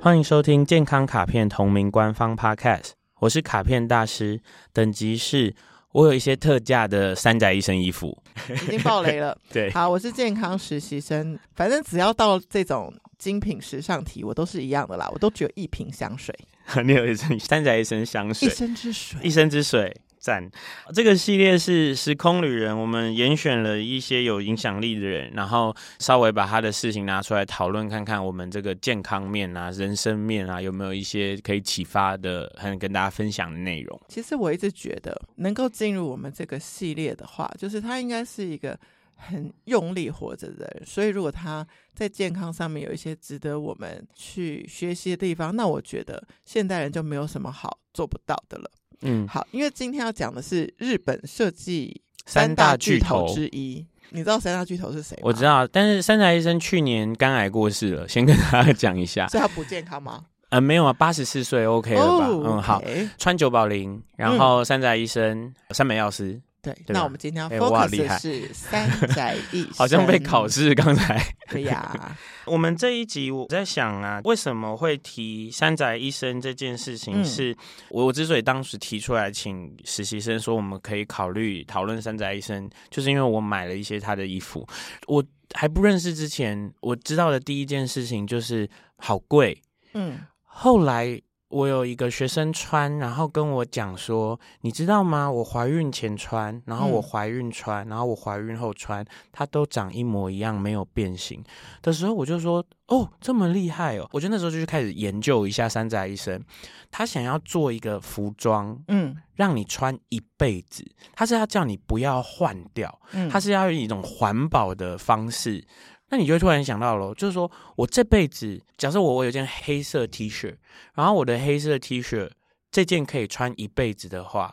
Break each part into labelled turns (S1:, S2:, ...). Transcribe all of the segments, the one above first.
S1: 欢迎收听健康卡片同名官方 Podcast，我是卡片大师，等级是我有一些特价的三宅一生衣服。
S2: 已经 爆雷了。
S1: 对，
S2: 好，我是健康实习生，反正只要到这种精品时尚题，我都是一样的啦，我都只有一瓶香水，
S1: 你有一身三宅一生香
S2: 一
S1: 水，
S2: 生之水。
S1: 一生之水。赞！这个系列是时空旅人，我们严选了一些有影响力的人，然后稍微把他的事情拿出来讨论，看看我们这个健康面啊、人生面啊，有没有一些可以启发的，还能跟大家分享的内容。
S2: 其实我一直觉得，能够进入我们这个系列的话，就是他应该是一个很用力活着的人。所以，如果他在健康上面有一些值得我们去学习的地方，那我觉得现代人就没有什么好做不到的了。
S1: 嗯，
S2: 好，因为今天要讲的是日本设计
S1: 三大巨头
S2: 头之一。你知道三大巨头是谁吗？
S1: 我知，道，但是三宅医生去年肝癌过世了，先跟大家讲一 下。
S2: 所以他不健康吗？哦
S1: 呃，没有啊，八十四岁 OK 了吧？嗯，好。
S2: OK 嗯
S1: 川久保玲，然后山宅医生、三美药师，
S2: 对，
S1: 对吧
S2: 那我们今天要
S1: 哎哇
S2: focus
S1: 厉害
S2: 的是三宅一生，
S1: 好像被考试刚才。
S2: 对呀。
S1: 我们这一集我在想啊，为什么会提山宅医生这件事情
S2: 嗯
S1: 是？我我之所以当时提出来，请实习生说我们可以考虑讨论山宅医生，就是因为我买了一些他的衣服。我还不认识之前，我知道的第一件事情就是好贵。
S2: 嗯，
S1: 后来我有一个学生穿，然后跟我讲说，你知道吗？我怀孕前穿，然后我
S2: 嗯
S1: 怀孕穿，然后我怀孕后穿，它都长一模一样，没有变形。的时候我就说，哦，这么厉害哦！我就那时候就去开始研究一下山寨医生，他想要做一个服装。
S2: 嗯
S1: 让你穿一辈子，他是要叫你不要换掉，
S2: 嗯，
S1: 它是要用一种环保的方式。那你就会突然想到了，就是说我这辈子，假设我我有件黑色 T 恤，然后我的黑色 T 恤这件可以穿一辈子的话，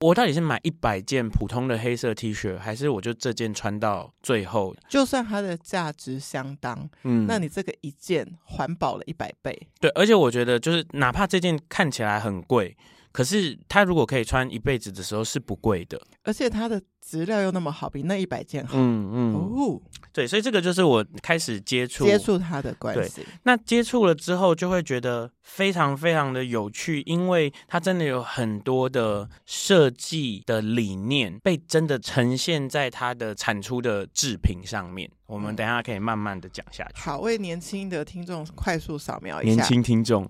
S1: 我到底是买一百件普通的黑色 T 恤，还是我就这件穿到最后？
S2: 就算它的价值相当，
S1: 嗯
S2: 那你这个一件环保了一百倍，
S1: 对，而且我觉得就是哪怕这件看起来很贵，可是它如果可以穿一辈子的时候是不贵的。
S2: 而且它的质量又那么好，比那一百件好。
S1: 嗯嗯，
S2: 哦，
S1: 对，所以这个就是我开始接触
S2: 接触它的关系，
S1: 那接触了之后，就会觉得非常非常的有趣，因为它真的有很多的设计的理念被真的呈现在它的产出的制品上面。我们等一下可以慢慢的讲下去。
S2: 嗯好，为年轻的听众快速扫描一
S1: 年
S2: 下，
S1: 轻听众，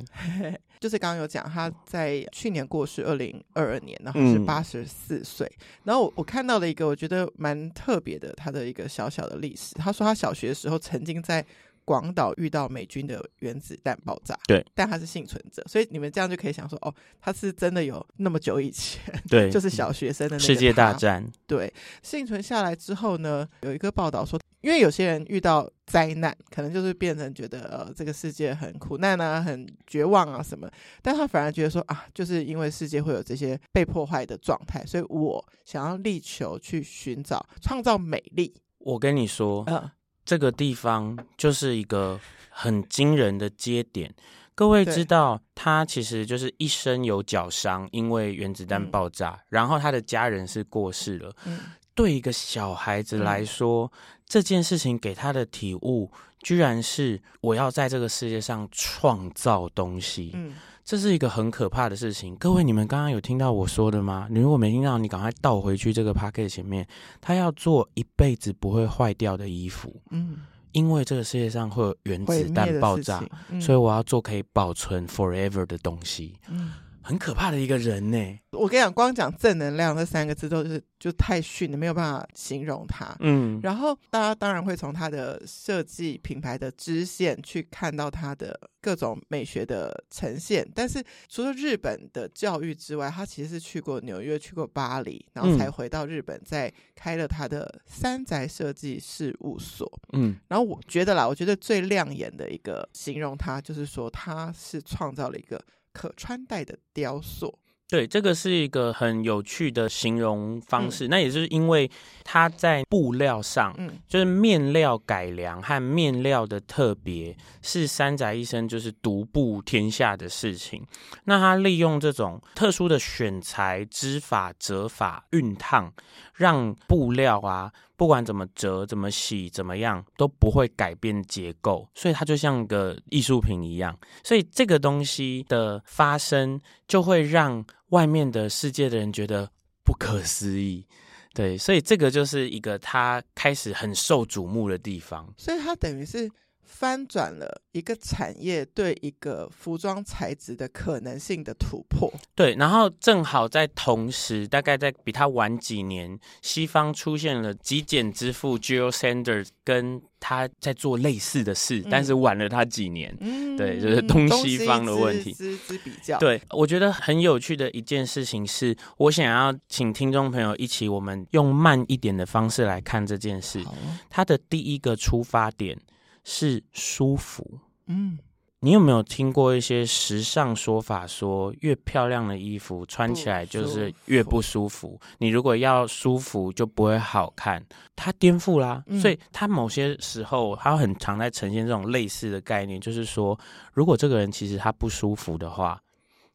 S2: 就是刚刚有讲，他在去年过世，二零二二年，然后是
S1: 嗯
S2: 八十四岁。然后我我看到了一个我觉得蛮特别的，他的一个小小的历史。他说他小学的时候曾经在广岛遇到美军的原子弹爆炸，
S1: 对，
S2: 但他是幸存者，所以你们这样就可以想说，哦，他是真的有那么久以前，
S1: 对，嗯
S2: 就是小学生的那个
S1: 世界大
S2: 他
S1: 战，
S2: 对，幸存下来之后呢，有一个报道说，因为有些人遇到灾难，可能就是变成觉得呃这个世界很苦难啊、很绝望啊什么，但他反而觉得说啊，就是因为世界会有这些被破坏的状态，所以我想要力求去寻找创造美丽。
S1: 我跟你说，
S2: 呃，
S1: 这个地方就是一个很惊人的节点。各位
S2: 对
S1: 知道，他其实就是一生有脚伤，因为原子弹
S2: 嗯
S1: 爆炸，然后他的家人是过世了。
S2: 嗯，
S1: 对一个小孩子来说，这件事情给他的体悟，居然是我要在这个世界上创造东西，
S2: 嗯，
S1: 这是一个很可怕的事情。各位，你们刚刚有听到我说的吗？你如果没听到，你赶快倒回去这个 p a c k e t 前面。他要做一辈子不会坏掉的衣服，
S2: 嗯，
S1: 因为这个世界上会有原嗯
S2: 毁
S1: 子
S2: 灭
S1: 弹
S2: 的
S1: 爆
S2: 事
S1: 炸
S2: 情，，嗯
S1: 所以我要做可以保存 forever 的东西。
S2: 嗯
S1: 很可怕的一个人呢、
S2: 我跟你讲，光讲正能量这三个字都是就太逊了，没有办法形容它。
S1: 嗯，
S2: 然后大家当然会从它的设计品牌的支线去看到它的各种美学的呈现。但是除了日本的教育之外，他其实是去过纽约、去过巴黎，然后才
S1: 嗯
S2: 回到日本，再开了他的三宅设计事务所。
S1: 嗯，
S2: 然后我觉得啦，我觉得最亮眼的一个形容它，就是说它是创造了一个可穿戴的雕塑。
S1: 对，这个是一个很有趣的形容方式。那也就是因为它在布料上，
S2: 嗯
S1: 就是面料改良和面料的特别，是山宅医生就是独步天下的事情。那他利用这种特殊的选材、织法、折法、熨烫，让布料啊不管怎么折、怎么洗、怎么样，都不会改变结构，所以它就像个艺术品一样。所以这个东西的发生，就会让外面的世界的人觉得不可思议。对，所以这个就是一个它开始很受瞩目的地方。
S2: 所以它等于是翻转了一个产业对一个服装材质的可能性的突破。
S1: 对，然后正好在同时，大概在比他晚几年，西方出现了极简之父 Jill Sanders，跟他在做类似的事，
S2: 嗯
S1: 但是晚了他几年。
S2: 嗯
S1: 对就是东西方的问题
S2: 之之之比较。，
S1: 对，我觉得很有趣的一件事情是，我想要请听众朋友一起，我们用慢一点的方式来看这件事。
S2: 好，
S1: 它的第一个出发点是舒服。
S2: 嗯，
S1: 你有没有听过一些时尚说法说，越漂亮的衣服穿起来就是越不舒服？你如果要舒服，就不会好看。它颠覆啦，
S2: 嗯
S1: 所以它某些时候它很常在呈现这种类似的概念，就是说，如果这个人其实他不舒服的话，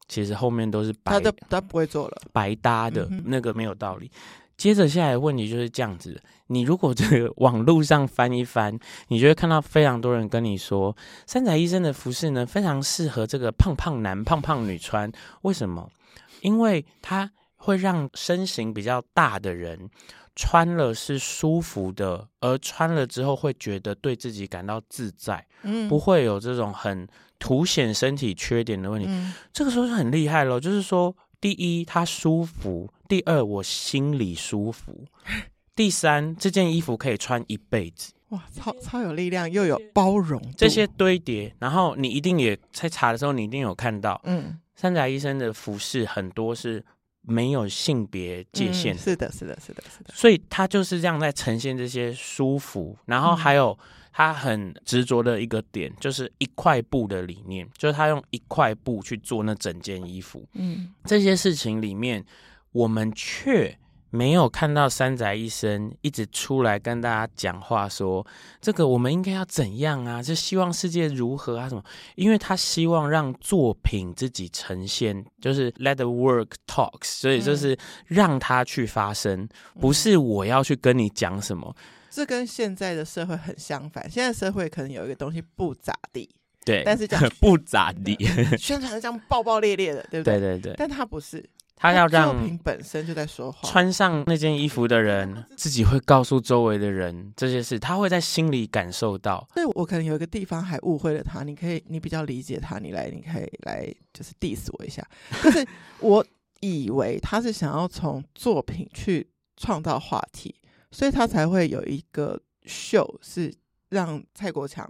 S1: 其实后面都是白
S2: 他的他不会做了。
S1: 白搭的、
S2: 嗯哼
S1: 那个没有道理。接着下来问题就是这样子，你如果这个网络上翻一翻，你就会看到非常多人跟你说，三宅医生的服饰呢非常适合这个胖胖男、胖胖女穿，为什么？因为它会让身形比较大的人穿了是舒服的，而穿了之后会觉得对自己感到自在，
S2: 嗯，
S1: 不会有这种很凸显身体缺点的问题。
S2: 嗯，
S1: 这个时候就很厉害咯，就是说，第一，它舒服；第二，我心里舒服；第三，这件衣服可以穿一辈子。
S2: 哇，超超有力量，又有包容度
S1: 这些，堆叠，然后你一定也在查的时候，你一定有看到
S2: 嗯，
S1: 三宅医生的服饰很多是没有性别界限
S2: 嗯
S1: 的，
S2: 是的，是的，是的，是的，
S1: 所以他就是这样在呈现这些舒服，然
S2: 嗯
S1: 后还有他很执着的一个点，就是一块布的理念，就是他用一块布去做那整件衣服。
S2: 嗯，
S1: 这些事情里面，我们却没有看到山宅医生一直出来跟大家讲话说，这个我们应该要怎样啊？就希望世界如何啊？什么？因为他希望让作品自己呈现，就是 let the work talks，所以
S2: 嗯
S1: 就是让它去发生，不是我要去跟你讲什么。
S2: 这跟现在的社会很相反。现在社会可能有一个东西不咋地，
S1: 对，
S2: 但是这样
S1: 不咋地。
S2: 宣传的这样爆爆裂裂的，对不
S1: 对对对，
S2: 但他不是，
S1: 他要让
S2: 哎作品本身就在说话。
S1: 穿上那件衣服的人，自己会告诉周围的人这些事，他会在心里感受到。
S2: 所以我可能有一个地方还误会了他，你可以，你比较理解他，你来，你可以来，就是 diss 我一下。 就是我以为他是想要从作品去创造话题，所以他才会有一个秀是让蔡国强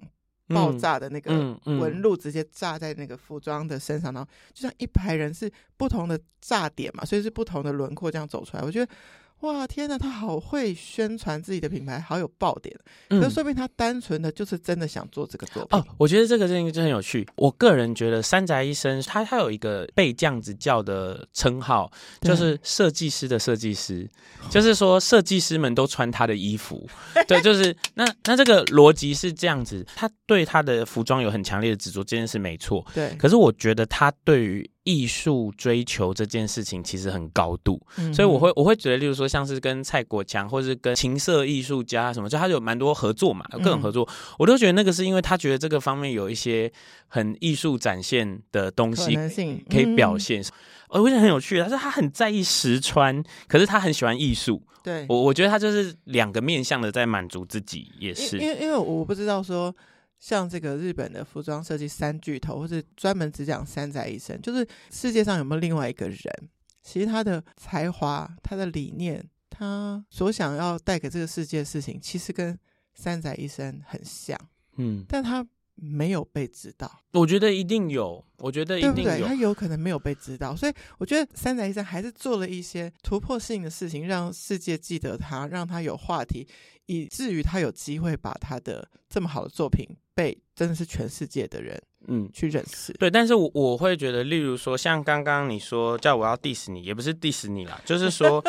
S1: 嗯
S2: 爆炸的那个
S1: 嗯
S2: 纹路直接炸在那个服装的身上，然后就像一排人是不同的炸点嘛，所以是不同的轮廓这样走出来。我觉得，哇，天哪，他好会宣传自己的品牌，好有爆点。
S1: 嗯
S2: 那说明他单纯的就是真的想做这个作品。
S1: 哦，我觉得这个事情就很有趣。我个人觉得山宅医生他他有一个被这样子叫的称号，
S2: 对
S1: 就是设计师的设计师，就是说设计师们都穿他的衣服。 对，就是那那这个逻辑是这样子，他对他的服装有很强烈的执着，这件事没错。
S2: 对，
S1: 可是我觉得他对于艺术追求这件事情其实很高度，
S2: 嗯
S1: 所以我会我会觉得，例如说像是跟蔡国强，或是跟情色艺术家什么，就他有蛮多合作嘛，有各
S2: 嗯
S1: 种合作，我都觉得那个是因为他觉得这个方面有一些很艺术展现的东
S2: 可
S1: 西
S2: 能性嗯
S1: 可以表、现。呃我觉得很有趣，他说他很在意实穿，可是他很喜欢艺术。
S2: 嗯对，
S1: 我我觉得他就是两个面向的在满足自己，也
S2: 因
S1: 是
S2: 因。为因为我不知道说，像这个日本的服装设计三巨头，或是专门只讲三宅一生，就是世界上有没有另外一个人，其实他的才华、他的理念、他所想要带给这个世界的事情，其实跟三宅一生很像，
S1: 嗯，
S2: 但他没有被知道。
S1: 我觉得一定有，我觉得一
S2: 对不
S1: 定
S2: 对？
S1: 有
S2: 他。有可能没有被知道，所以我觉得三宅医生还是做了一些突破性的事情，让世界记得他，让他有话题，以至于他有机会把他的这么好的作品被真的是全世界的人
S1: 嗯，
S2: 去认识。
S1: 对，但是我我会 觉得，例如说，像刚刚你说叫我要 diss 你，也不是 diss 你啦，就是说，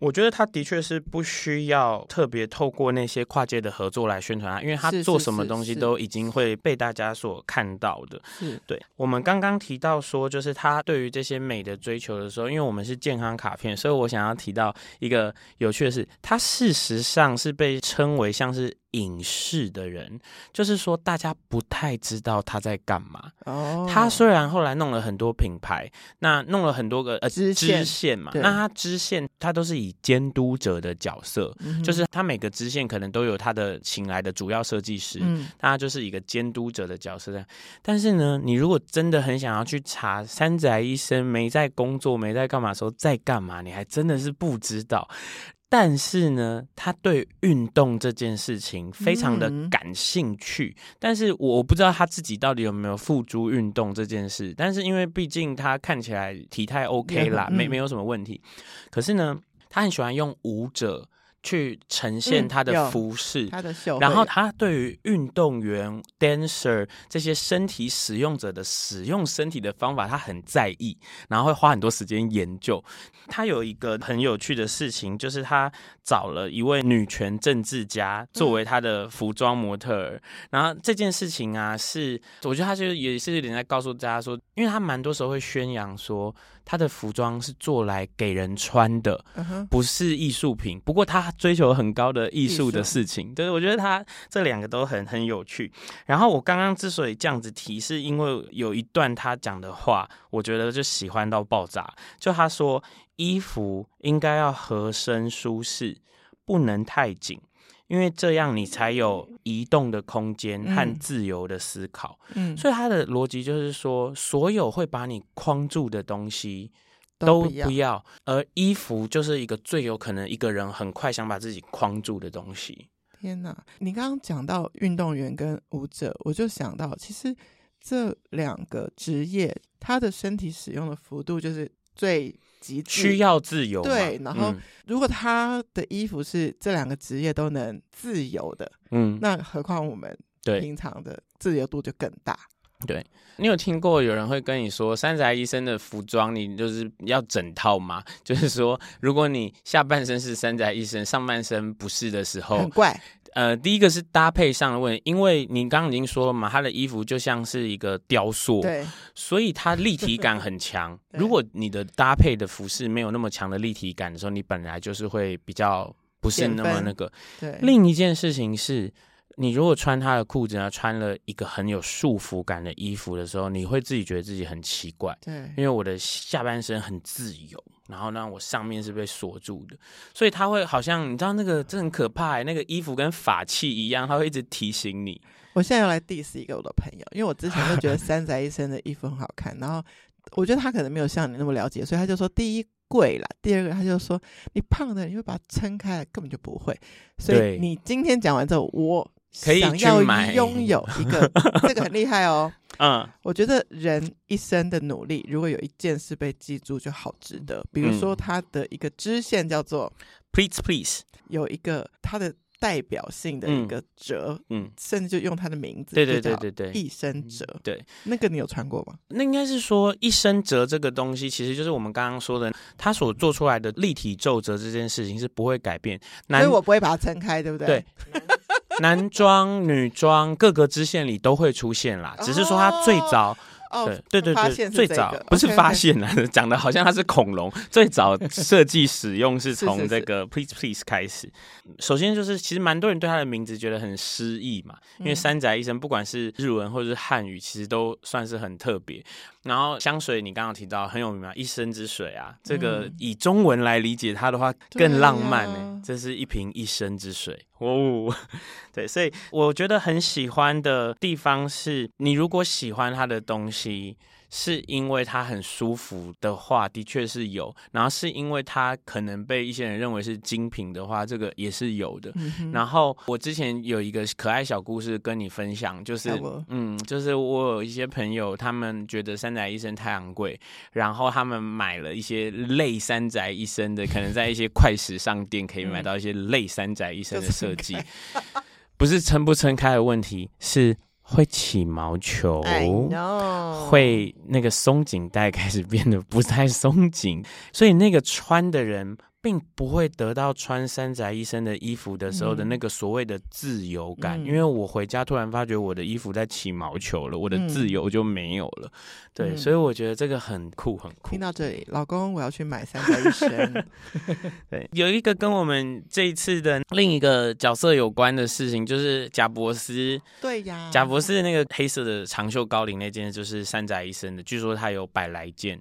S1: 我觉得他的确是不需要特别透过那些跨界的合作来宣传他，因为他
S2: 是是
S1: 做什么
S2: 是
S1: 东西
S2: 是
S1: 都已经会被大家所看到的。
S2: 是
S1: 对我们刚刚提到说，就是他对于这些美的追求的时候，因为我们是健康卡片，所以我想要提到一个有趣的是，他事实上是被称为像是影视的人，就是说大家不太知道他在干嘛。
S2: 哦，
S1: 他虽然后来弄了很多品牌，那弄了很多个呃
S2: 支线
S1: 支线嘛，
S2: 对
S1: 那他支线他都是以监督者的角色，
S2: 嗯哼
S1: 就是他每个支线可能都有他的请来的主要设计师，
S2: 嗯
S1: 他就是一个监督者的角色这样。但是呢，你如果真的很想要去查三宅医生没在工作、没在干嘛的时候在干嘛，你还真的是不知道。但是呢，他对运动这件事情非常的
S2: 嗯
S1: 感兴趣，但是我我不知道他自己到底有没有付诸运动这件事。但是因为毕竟他看起来体态 OK 啦，
S2: 嗯
S1: 没没有什么问题。可是呢，他很喜欢用舞者去呈现
S2: 嗯
S1: 他的
S2: 有
S1: 服饰，
S2: 他的秀会，
S1: 然后他对于运动员、dancer 这些身体使用者的使用身体的方法，他很在意，然后会花很多时间研究。他有一个很有趣的事情，就是他找了一位女权政治家作为他的服装模特儿。然后这件事情啊，是我觉得他就也是有点在告诉大家说，因为他蛮多时候会宣扬说，他的服装是做来给人穿的，
S2: 嗯哼
S1: 不是艺术品，不过他追求很高的艺术的事情，对，我觉得他这两个都很很有趣。然后我刚刚之所以这样子提，是因为有一段他讲的话，我觉得就喜欢到爆炸。就他说，衣服应该要合身舒适，不能太紧。因为这样你才有移动的空间和
S2: 嗯
S1: 自由的思考，
S2: 嗯，
S1: 所以他的逻辑就是说，所有会把你框住的东西，
S2: 都
S1: 不
S2: 一样。
S1: 要。而衣服就是一个最有可能一个人很快想把自己框住的东西。
S2: 天哪！你刚刚讲到运动员跟舞者，我就想到，其实这两个职业，他的身体使用的幅度就是最极致。
S1: 需要自由嘛，
S2: 嗯对然后
S1: 嗯
S2: 如果他的衣服是这两个职业都能自由的，
S1: 嗯，
S2: 那何况我们
S1: 对，
S2: 平常的自由度就更大。
S1: 你有听过有人会跟你说，三宅医生的服装你就是要整套吗？就是说，如果你下半身是三宅医生，上半身不是的时候
S2: 很，怪，
S1: 呃，第一个是搭配上的问题，因为你刚刚已经说了嘛，他的衣服就像是一个雕塑，
S2: 对，
S1: 所以它立体感很强。
S2: 对
S1: 如果你的搭配的服饰没有那么强的立体感的时候，你本来就是会比较不是那
S2: 减
S1: 么
S2: 分
S1: 那个。
S2: 对，
S1: 另一件事情是，你如果穿他的裤子呢，啊穿了一个很有束缚感的衣服的时候，你会自己觉得自己很奇怪，
S2: 对，
S1: 因为我的下半身很自由。然后呢，我上面是被锁住的，所以他会好像你知道那个真的很可怕、欸，那个衣服跟法器一样，他会一直提醒你。
S2: 我现在要来 diss 一个我的朋友，因为我之前就觉得三宅一生的衣服很好看，然后我觉得他可能没有像你那么了解，所以他就说第一贵啦，第二个他就说你胖的你会把它撑开来，根本就不会。所
S1: 对
S2: 以你今天讲完之后，我
S1: 可以
S2: 想
S1: 去
S2: 要
S1: 买
S2: 拥有一个， 这个很厉害哦。
S1: 嗯，
S2: 我觉得人一生的努力，如果有一件事被记住，就好值
S1: 嗯
S2: 得。比如说他的一个支线叫做
S1: please please，
S2: 有一个他的代表性的一个折，
S1: 嗯，
S2: 甚至就用他的名字，
S1: 对对
S2: 就
S1: 对
S2: 叫
S1: 对对，嗯
S2: 一生折，
S1: 对，
S2: 那个你有穿过吗？
S1: 那应该是说，一生折这个东西，其实就是我们刚刚说的，它所做出来的立体皱褶这件事情是不会改变。
S2: 所以
S1: 男
S2: 我不会把它撑开，对不对？
S1: 对 男装、女装各个支线里都会出现啦，只是说它最早，
S2: 哦，
S1: 对对对
S2: 发
S1: 对，
S2: 现是
S1: 最
S2: 这
S1: 早
S2: 个
S1: 不是
S2: OK，OK
S1: 发现啦，讲的好像它是恐龙，最早设计使用是
S2: 是
S1: 从
S2: 是
S1: 这个 please please 开始。首先就是，其实蛮多人对他的名字觉得很诗意嘛，因为
S2: 嗯
S1: 山宅医生不管是日文或者是汉语，其实都算是很特别。然后香水你刚刚提到很有名啊，一生之水啊，这个
S2: 嗯
S1: 以中文来理解它的话
S2: 对
S1: 更浪漫呢、
S2: 呀
S1: 这是一瓶一生之水哦。 对，所以我觉得很喜欢的地方是，你如果喜欢它的东西。是因为它很舒服的话，的确是有；然后是因为它可能被一些人认为是精品的话，这个也是有的。
S2: 嗯哼
S1: 然后我之前有一个可爱小故事跟你分享，就是
S2: 好哦
S1: 嗯，就是我有一些朋友，他们觉得三宅一生太昂贵，然后他们买了一些类三宅一生的，可能在一些快时尚店可以
S2: 嗯
S1: 买到一些类三宅一生的设计，不是撑不撑开的问题，是会起毛球。
S2: ，I know，
S1: 会那个松紧带开始变得不太松紧，所以那个穿的人并不会得到穿山宅医生的衣服的时候的那个所谓的自由感，
S2: 嗯
S1: 因为我回家突然发觉我的衣服在起毛球了，我的
S2: 嗯
S1: 自由就没有了。对，
S2: 嗯
S1: 所以我觉得这个很酷，很酷
S2: 听。到这里，老公，我要去买三宅 一生。
S1: 对，有一个跟我们这一次的另一个角色有关的事情，就是贾博斯，
S2: 对呀，
S1: 贾博士那个黑色的长袖高领那件，就是山宅医生的，据说他有百来件，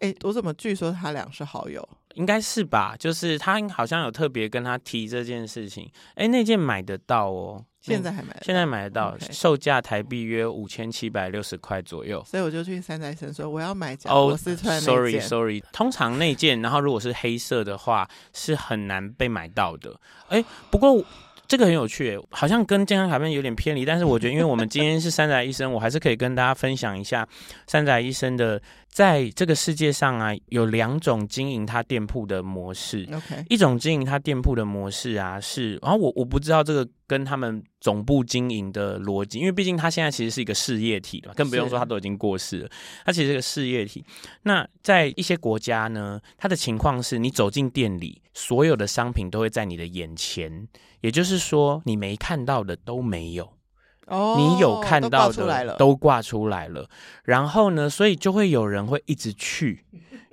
S2: 哎，我怎么据说他俩是好友？
S1: 应该是吧？就是他好像有特别跟他提这件事情，哎，那件买得到哦，
S2: 现
S1: 那
S2: 在还买得到？
S1: 现在买得到，
S2: OK
S1: 售价台币约五千七百六十块左 右。
S2: 所以我就去三宅神说我要买贾
S1: 哦
S2: 博士穿那
S1: ，sorry
S2: 件。
S1: sorry，通常那件，然后如果是黑色的话，是很难被买到的。哎，不过这个很有趣耶，好像跟健康卡片有点偏离，但是我觉得，因为我们今天是山宅医生，我还是可以跟大家分享一下山宅医生的，在这个世界上啊，有两种经营他店铺的模式。
S2: OK，
S1: 一种经营他店铺的模式啊，是，然后我我不知道这个跟他们总部经营的逻辑，因为毕竟他现在其实是一个事业体了，更不用说
S2: 是
S1: 他都已经过世了，他其实是个事业体。那在一些国家呢，它的情况是你走进店里，所有的商品都会在你的眼前，也就是说，你没看到的都没有。
S2: 哦，
S1: 你有看
S2: 都
S1: 到
S2: 爆出来
S1: 的
S2: 了，
S1: 都挂出来了，然后呢，所以就会有人会一直去，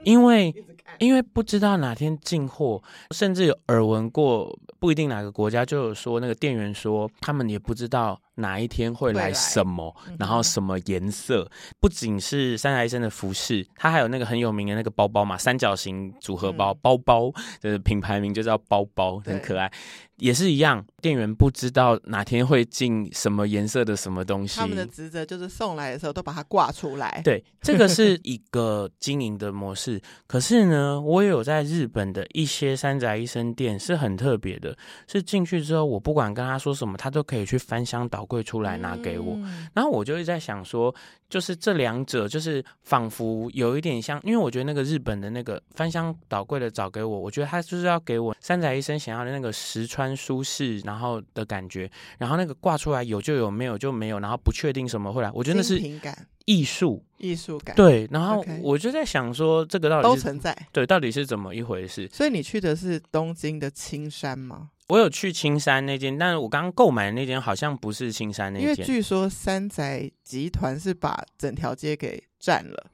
S1: 因为因为不知道哪天进货，甚至有耳闻过，不一定哪个国家就有说那个店员说他们也不知道哪一天会
S2: 会
S1: 来
S2: 来
S1: 什么
S2: 嗯哼，
S1: 然后什么颜色，不仅是山下医生的服饰，它还有那个很有名的那个包包嘛，三角形组合包、
S2: 嗯
S1: 包包的品牌名就叫包包，很
S2: 对
S1: 可爱。也是一样，店员不知道哪天会进什么颜色的什么东西
S2: 他。们的职责就是送来的时候都把它挂出来。
S1: 对，这个是一个经营的模式。可是呢，我也有在日本的一些山宅医生店是很特别的，是进去之后，我不管跟他说什么，他都可以去翻箱倒柜出来拿给我。
S2: 嗯
S1: 然后我就一直在想说，就是这两者就是仿佛有一点像，因为我觉得那个日本的那个翻箱倒柜的找给我，我觉得他就是要给我三宅医生想要的那个实穿舒适，然后的感觉，然后那个挂出来有就有，没有就没有，然后不确定什么会来，我觉得那
S2: 精
S1: 是
S2: 品感、
S1: 艺术。
S2: 艺术感，，
S1: 对，然后
S2: OK
S1: 我就在想说，这个到
S2: 都
S1: 底是
S2: 存在。
S1: 对到底是怎么一回事？
S2: 所以你去的是东京的青山吗？
S1: 我有去青山那间，但是我刚刚购买的那间好像不是青山那
S2: 因为
S1: 间，
S2: 据说山宅集团是把整条街给占了。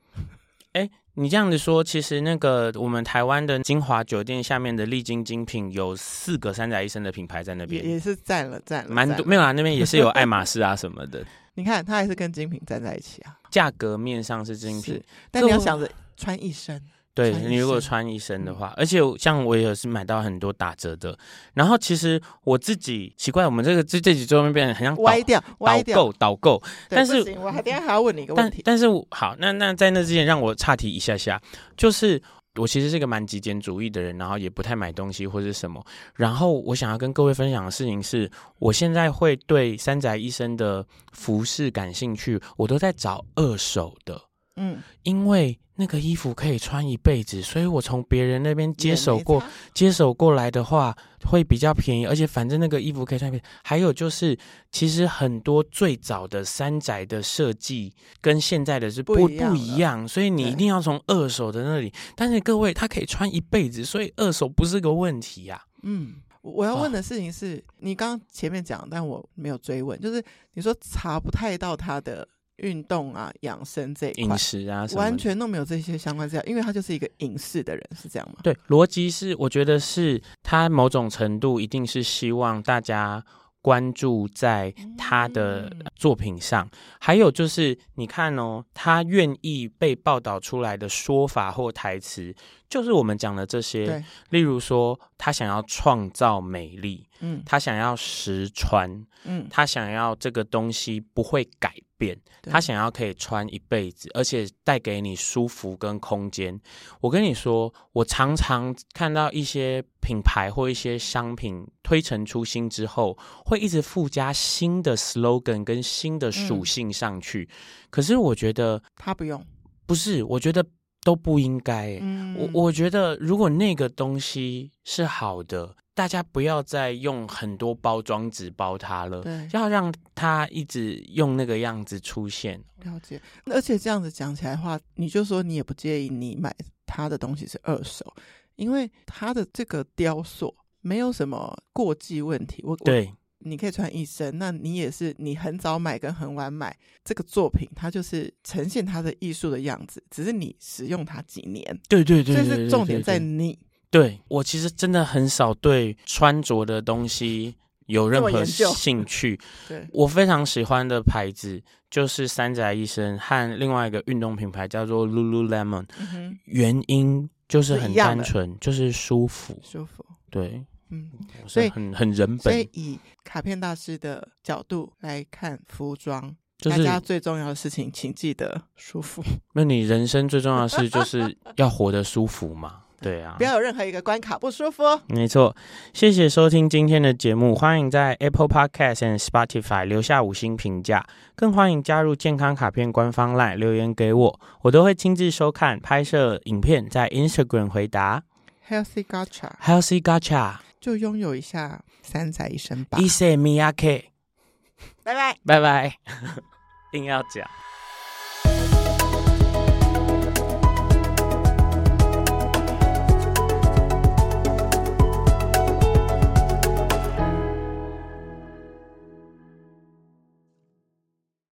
S1: 你这样子说，其实那个我们台湾的金华酒店下面的丽晶精品有四个山宅医生的品牌在那
S2: 也
S1: 边，
S2: 也是占了占了，
S1: 蛮
S2: 占
S1: 多
S2: 了
S1: 没有啦，那边也是有爱马仕 啊什么的，
S2: 你看，它还是跟精品站在一起啊。
S1: 价格面上是精品
S2: 是。但你要
S1: 各位
S2: 想着穿一身，
S1: 对
S2: 穿一
S1: 你如果
S2: 身嗯
S1: 穿一身的话，而且像我也是买到很多打折的。然后其实我自己奇怪，我们这个这这几周面变得很像导
S2: 歪掉，歪
S1: 导
S2: 掉。
S1: 购导购，
S2: 对
S1: 但是
S2: 不行我还等一下还要问你一个问
S1: 但
S2: 题。
S1: 但是我好，那那在那之前，让我岔题一下下，就是我其实是个蛮极简主义的人，然后也不太买东西或是什么。然后我想要跟各位分享的事情是，我现在会对山宅医生的服饰感兴趣，我都在找二手的，
S2: 嗯，
S1: 因为那个衣服可以穿一辈子，所以我从别人那边接
S2: 也
S1: 手
S2: 没
S1: 过，
S2: 差，
S1: 接手过来的话会比较便宜，而且反正那个衣服可以穿一辈子。还有就是，其实很多最早的山宅的设计跟现在的是不
S2: 不一样
S1: 不一样，所以你
S2: 对
S1: 一定要从二手的那里。但是各位，它可以穿一辈子，所以二手不是个问题啊呀、
S2: 嗯。我我要问的事情是你刚刚前面讲，但我没有追问，就是你说查不太到他的运动啊、养生这一块
S1: 饮，食啊什么的
S2: 完全都没有这些相关资料，因为他就是一个影视的人，是这样吗？
S1: 对，逻辑是，我觉得是他某种程度一定是希望大家关注在他的
S2: 嗯
S1: 作品上，还有就是你看哦，他愿意被报道出来的说法或台词，就是我们讲的这些，
S2: 对，
S1: 例如说他想要创造美丽，
S2: 嗯
S1: 他想要实穿，
S2: 嗯，
S1: 他想要这个东西不会改变，
S2: 对
S1: 他想要可以穿一辈子，而且带给你舒服跟空间。我跟你说，我常常看到一些品牌或一些商品推陈出新之后，会一直附加新的 slogan 跟新的属性上去。可是我觉得
S2: 他不用，
S1: 不是，我觉得都不应该、欸。
S2: 嗯，
S1: 我我觉得，如果那个东西是好的，大家不要再用很多包装纸包它了，
S2: 对
S1: 要让它一直用那个样子出现。
S2: 了解，而且这样子讲起来的话，你就说你也不介意你买他的东西是二手，因为它的这个雕塑没有什么过季问题。我，我
S1: 对，
S2: 你可以穿一身，那你也是你很早买跟很晚买这个作品，它就是呈现它的艺术的样子，只是你使用它几年，
S1: 对对对，
S2: 这
S1: 对
S2: 是重点在。你
S1: 对对对我其实真的很少对穿着的东西有任
S2: 这么
S1: 何
S2: 研究
S1: 兴趣。
S2: 对
S1: 我非常喜欢的牌子就是三宅一生和另外一个运动品牌叫做 Lululemon，
S2: 嗯哼
S1: 原因就是
S2: 是
S1: 很
S2: 一样
S1: 单
S2: 的
S1: 纯，就是舒服。
S2: 舒服，
S1: 对，
S2: 嗯。
S1: 我
S2: 所
S1: 是
S2: 以
S1: 很很人
S2: 所
S1: 本
S2: 以，以卡片大师的角度来看服装，
S1: 就是
S2: 大家最重要的事情，请记得 舒服，
S1: 那你人生最重要的事 就是要活得舒服嘛。对啊，
S2: 不要有任何一个关卡不舒服。哦
S1: 没错，谢谢收听今天的节目，欢迎在 Apple Podcast 和 Spotify 留下五星评价，更欢迎加入健康卡片官方 LINE 留言给我，我都会亲自收看拍摄影片，在 Instagram 回答。
S2: Healthy Gacha
S1: Healthy Gacha
S2: 就拥有一下三宅一生吧，
S1: Ise Miyake，
S2: 拜拜。
S1: 拜拜，硬要讲。